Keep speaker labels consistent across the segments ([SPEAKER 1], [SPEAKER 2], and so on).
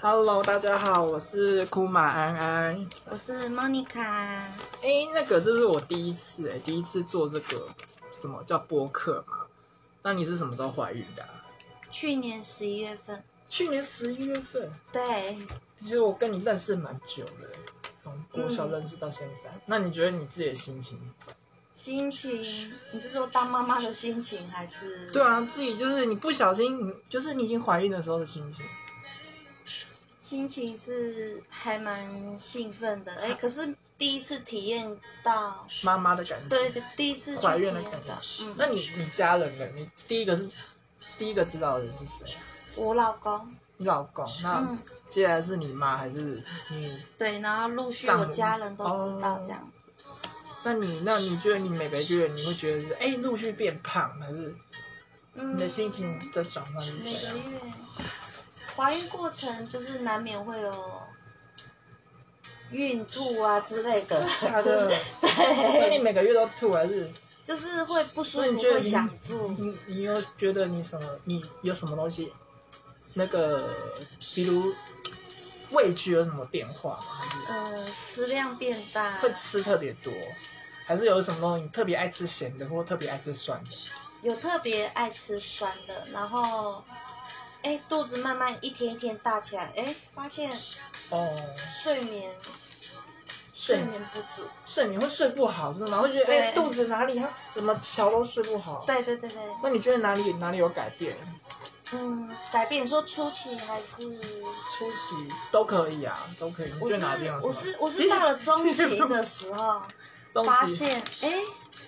[SPEAKER 1] Hello，大家好，我是库马安安。
[SPEAKER 2] 我是 Monica，
[SPEAKER 1] 哎、那个这是我第一次哎、第一次做这个什么叫播客嘛？那你是什么时候怀孕的啊、
[SPEAKER 2] 去年十一月份，
[SPEAKER 1] 去年十一月份。
[SPEAKER 2] 对，
[SPEAKER 1] 其实我跟你认识蛮久的欸，从国小认识到现在。那你觉得你自己的心情？
[SPEAKER 2] 心情，你是说当妈妈的心情还是？
[SPEAKER 1] 对，啊，自己就是你不小心，你就是你已经怀孕的时候的心情。
[SPEAKER 2] 心情是还蛮兴奋的，哎，可是第一次体验到，
[SPEAKER 1] 妈妈的感觉。
[SPEAKER 2] 对，第一次去
[SPEAKER 1] 怀
[SPEAKER 2] 体
[SPEAKER 1] 孕的
[SPEAKER 2] 验
[SPEAKER 1] 感觉
[SPEAKER 2] 到，。嗯，
[SPEAKER 1] 那你你家人呢？你第一个是第一个知道的人是谁？
[SPEAKER 2] 我老公，
[SPEAKER 1] 你老公。那
[SPEAKER 2] 嗯，
[SPEAKER 1] 接下来是你妈还是你？
[SPEAKER 2] 对，然后陆续
[SPEAKER 1] 丈
[SPEAKER 2] 我
[SPEAKER 1] 母
[SPEAKER 2] 家人都知道
[SPEAKER 1] 哦
[SPEAKER 2] 这样，
[SPEAKER 1] 那你那你觉得你每个月你会觉得是哎陆续变胖，还是
[SPEAKER 2] 嗯
[SPEAKER 1] 你的心情的转换是
[SPEAKER 2] 每
[SPEAKER 1] 怎
[SPEAKER 2] 个
[SPEAKER 1] 样？
[SPEAKER 2] 月怀孕过程就是难免会有孕吐啊之类的，
[SPEAKER 1] 假的那你
[SPEAKER 2] 对，
[SPEAKER 1] 每个月都吐还是？
[SPEAKER 2] 就是会不舒
[SPEAKER 1] 所以
[SPEAKER 2] 服，
[SPEAKER 1] 你觉得
[SPEAKER 2] 会
[SPEAKER 1] 你
[SPEAKER 2] 想吐。
[SPEAKER 1] 你你有觉得你什么？你有什么东西？那个，比如味觉有什么变化吗？还是
[SPEAKER 2] 呃，食量变大，
[SPEAKER 1] 会吃特别多，还是有什么东西你特别爱吃咸的，或特别爱吃酸的？
[SPEAKER 2] 有特别爱吃酸的，然后，哎，肚子慢慢一天一天大起来，哎，发现
[SPEAKER 1] 哦，
[SPEAKER 2] 睡眠
[SPEAKER 1] 睡
[SPEAKER 2] 睡眠不足，
[SPEAKER 1] 睡眠会睡不好是吗？会觉得
[SPEAKER 2] 对
[SPEAKER 1] 哎、肚子哪里它怎么桥都睡不好？
[SPEAKER 2] 对对对对，
[SPEAKER 1] 那你觉得哪里哪里有改变？
[SPEAKER 2] 嗯，改变你说初期还是？
[SPEAKER 1] 初期都可以啊，都可以。你
[SPEAKER 2] 我
[SPEAKER 1] 觉
[SPEAKER 2] 是
[SPEAKER 1] 得哪边有什么？
[SPEAKER 2] 我是我是到了中期的时候，
[SPEAKER 1] 中
[SPEAKER 2] 发
[SPEAKER 1] 期
[SPEAKER 2] 现哎，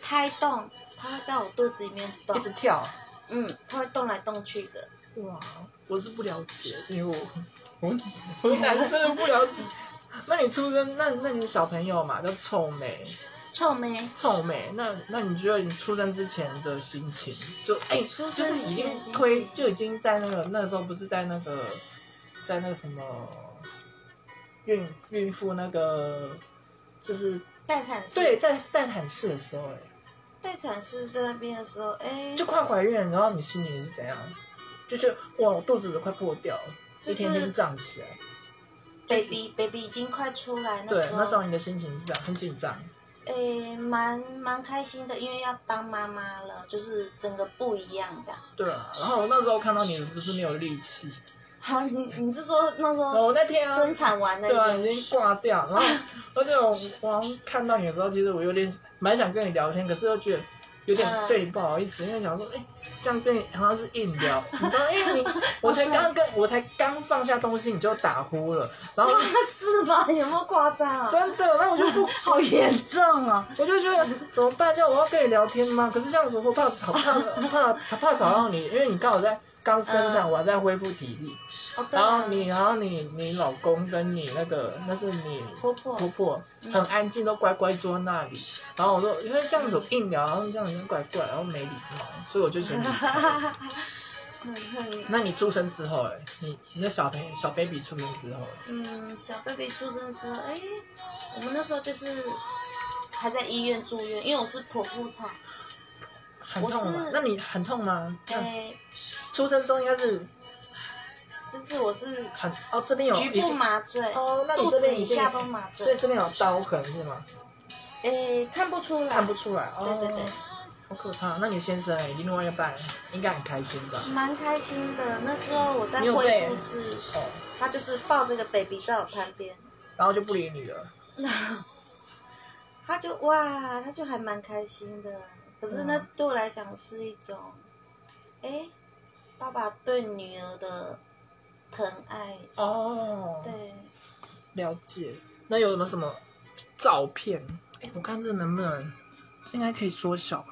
[SPEAKER 2] 胎动，它会在我肚子里面动
[SPEAKER 1] 一，直跳，
[SPEAKER 2] 嗯，它会动来动去的，
[SPEAKER 1] 哇，我是不了解，
[SPEAKER 2] 啊
[SPEAKER 1] 因为我 我我男生的不了解。那你出生，那那你小朋友嘛叫臭美，
[SPEAKER 2] 臭没？
[SPEAKER 1] 臭美。那那你觉得你出生之前的心情，就哎、
[SPEAKER 2] 出
[SPEAKER 1] 就
[SPEAKER 2] 生
[SPEAKER 1] 是
[SPEAKER 2] 之前的
[SPEAKER 1] 已
[SPEAKER 2] 心情
[SPEAKER 1] 经推，就已经在那个那时候不是在那个在那个什么孕孕妇那个就是
[SPEAKER 2] 待产室，
[SPEAKER 1] 对，在待产室的时候、哎，
[SPEAKER 2] 待产室在那边的时候，哎，
[SPEAKER 1] 就快怀孕了，然后你心里是怎样？就觉得哇，我肚子都快破掉了，
[SPEAKER 2] 就是
[SPEAKER 1] 一天天胀起来。
[SPEAKER 2] baby baby 已经快出来那
[SPEAKER 1] 对
[SPEAKER 2] 时，候，
[SPEAKER 1] 那时候你的心情是这样，很紧张。
[SPEAKER 2] 诶，蛮蛮开心的，因为要当妈妈了，就是整个不一样这样。
[SPEAKER 1] 对啊，然后我那时候看到你不是没有力气，
[SPEAKER 2] 好，你你是说那时
[SPEAKER 1] 我
[SPEAKER 2] 候
[SPEAKER 1] 那天啊，
[SPEAKER 2] 生产完那
[SPEAKER 1] 对啊，
[SPEAKER 2] 天？
[SPEAKER 1] 已经挂掉。然后，而且我我好像看到你的时候，其实我有点蛮想跟你聊天，可是又觉得有点
[SPEAKER 2] 嗯
[SPEAKER 1] 对你不好意思，因为想说，哎、这样跟你好像是硬聊，嗯你知道，因为你我才刚跟我才刚放下东西你就打呼了，然后
[SPEAKER 2] 啊 是吧？有没有夸张啊？
[SPEAKER 1] 真的，那我就不
[SPEAKER 2] 好严重哦！
[SPEAKER 1] 我就觉得怎么办？这样我要跟你聊天吗？可是这样子我怕吵怕怕 怕吵到你，因为你刚好在刚生产，我还在恢复体力。
[SPEAKER 2] 哦，对
[SPEAKER 1] 然
[SPEAKER 2] 啊
[SPEAKER 1] 后你，然后你你老公跟你那个那是你
[SPEAKER 2] 婆婆嗯
[SPEAKER 1] 婆婆很安静，都乖乖坐那里。然后我说，因为这样子硬聊，然后这样子怪怪，然后没礼貌，所以我就嫌 你。
[SPEAKER 2] 很很，
[SPEAKER 1] 那你出生之后、哎，你你的小朋友小 baby 出生之后，
[SPEAKER 2] 嗯，小 baby 出生之后，哎，我们那时候就是还在医院住院，因为我是剖腹产，
[SPEAKER 1] 很痛
[SPEAKER 2] 我
[SPEAKER 1] 吗
[SPEAKER 2] 是？
[SPEAKER 1] 那你很痛吗？那
[SPEAKER 2] 哎，
[SPEAKER 1] 出生中应该是
[SPEAKER 2] 就是我是
[SPEAKER 1] 很哦，这边有
[SPEAKER 2] 局部麻醉，
[SPEAKER 1] 哦，那你
[SPEAKER 2] 肚
[SPEAKER 1] 这
[SPEAKER 2] 子
[SPEAKER 1] 边
[SPEAKER 2] 以
[SPEAKER 1] 已经
[SPEAKER 2] 下都麻
[SPEAKER 1] 所以
[SPEAKER 2] 醉，
[SPEAKER 1] 这边有刀痕是吗？
[SPEAKER 2] 哎，看不出来，
[SPEAKER 1] 看不出来哦。
[SPEAKER 2] 啊对对对。
[SPEAKER 1] 好可怕！那你先生哎，另外一半应该很开心吧？
[SPEAKER 2] 蛮开心的。那时候我在
[SPEAKER 1] 你有被
[SPEAKER 2] 恢复室，
[SPEAKER 1] 哦，
[SPEAKER 2] 他就是抱这个 baby 在我旁边，
[SPEAKER 1] 然后就不理你了。
[SPEAKER 2] 然后 他就哇，他就还蛮开心的。可是那
[SPEAKER 1] 嗯
[SPEAKER 2] 对我来讲是一种，哎、爸爸对女儿的疼爱，
[SPEAKER 1] 哦，
[SPEAKER 2] 对，
[SPEAKER 1] 了解。那有什么什么照片？哎，我看这能不能，这应该可以缩小吧？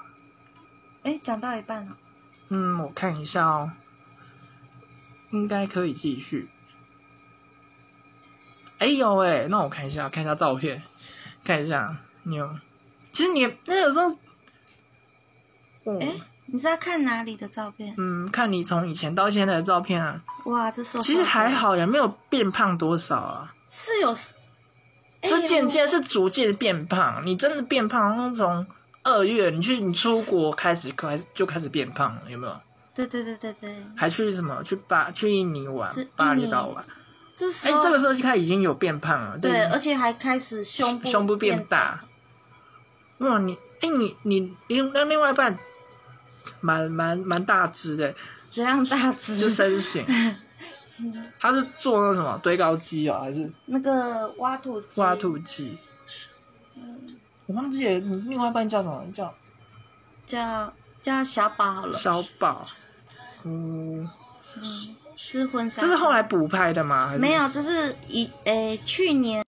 [SPEAKER 2] 哎、讲到一半了，
[SPEAKER 1] 嗯，我看一下哦，嗯应该可以继续。哎有哎，那我看一下，看一下照片，看一下你有。其实你那个时候，哦
[SPEAKER 2] 哎、你是要看哪里的照片？
[SPEAKER 1] 嗯，看你从以前到现在的照片啊，
[SPEAKER 2] 哇，这是我
[SPEAKER 1] 其实还
[SPEAKER 2] 爸爸，
[SPEAKER 1] 好，也没有变胖多少啊，
[SPEAKER 2] 是有，哎
[SPEAKER 1] 是渐渐是逐渐变胖。你真的变胖，好像从二月你去你出国开始开就开始变胖了，有没有？
[SPEAKER 2] 对对对对对，
[SPEAKER 1] 还去什么去巴去印尼玩
[SPEAKER 2] 是印尼，
[SPEAKER 1] 巴厘岛玩，
[SPEAKER 2] 这时
[SPEAKER 1] 哎、
[SPEAKER 2] 候、
[SPEAKER 1] 这个时候就开始已经有变胖了，
[SPEAKER 2] 对，而
[SPEAKER 1] 而
[SPEAKER 2] 且还开始胸部
[SPEAKER 1] 胸部变
[SPEAKER 2] 大，
[SPEAKER 1] 大。哇，你哎、你你另那另外一半蛮蛮蛮大只的，
[SPEAKER 2] 怎样大只？
[SPEAKER 1] 是深 型。他是做那什么堆高机哦，还是
[SPEAKER 2] 那个挖土机
[SPEAKER 1] 挖土机？
[SPEAKER 2] 嗯
[SPEAKER 1] 我忘记了，你另外一半叫什么？叫
[SPEAKER 2] 叫叫小宝好了，
[SPEAKER 1] 小宝。嗯，
[SPEAKER 2] 嗯，是婚纱，
[SPEAKER 1] 这是后来补拍的吗？还是
[SPEAKER 2] 没有，这是一诶、去年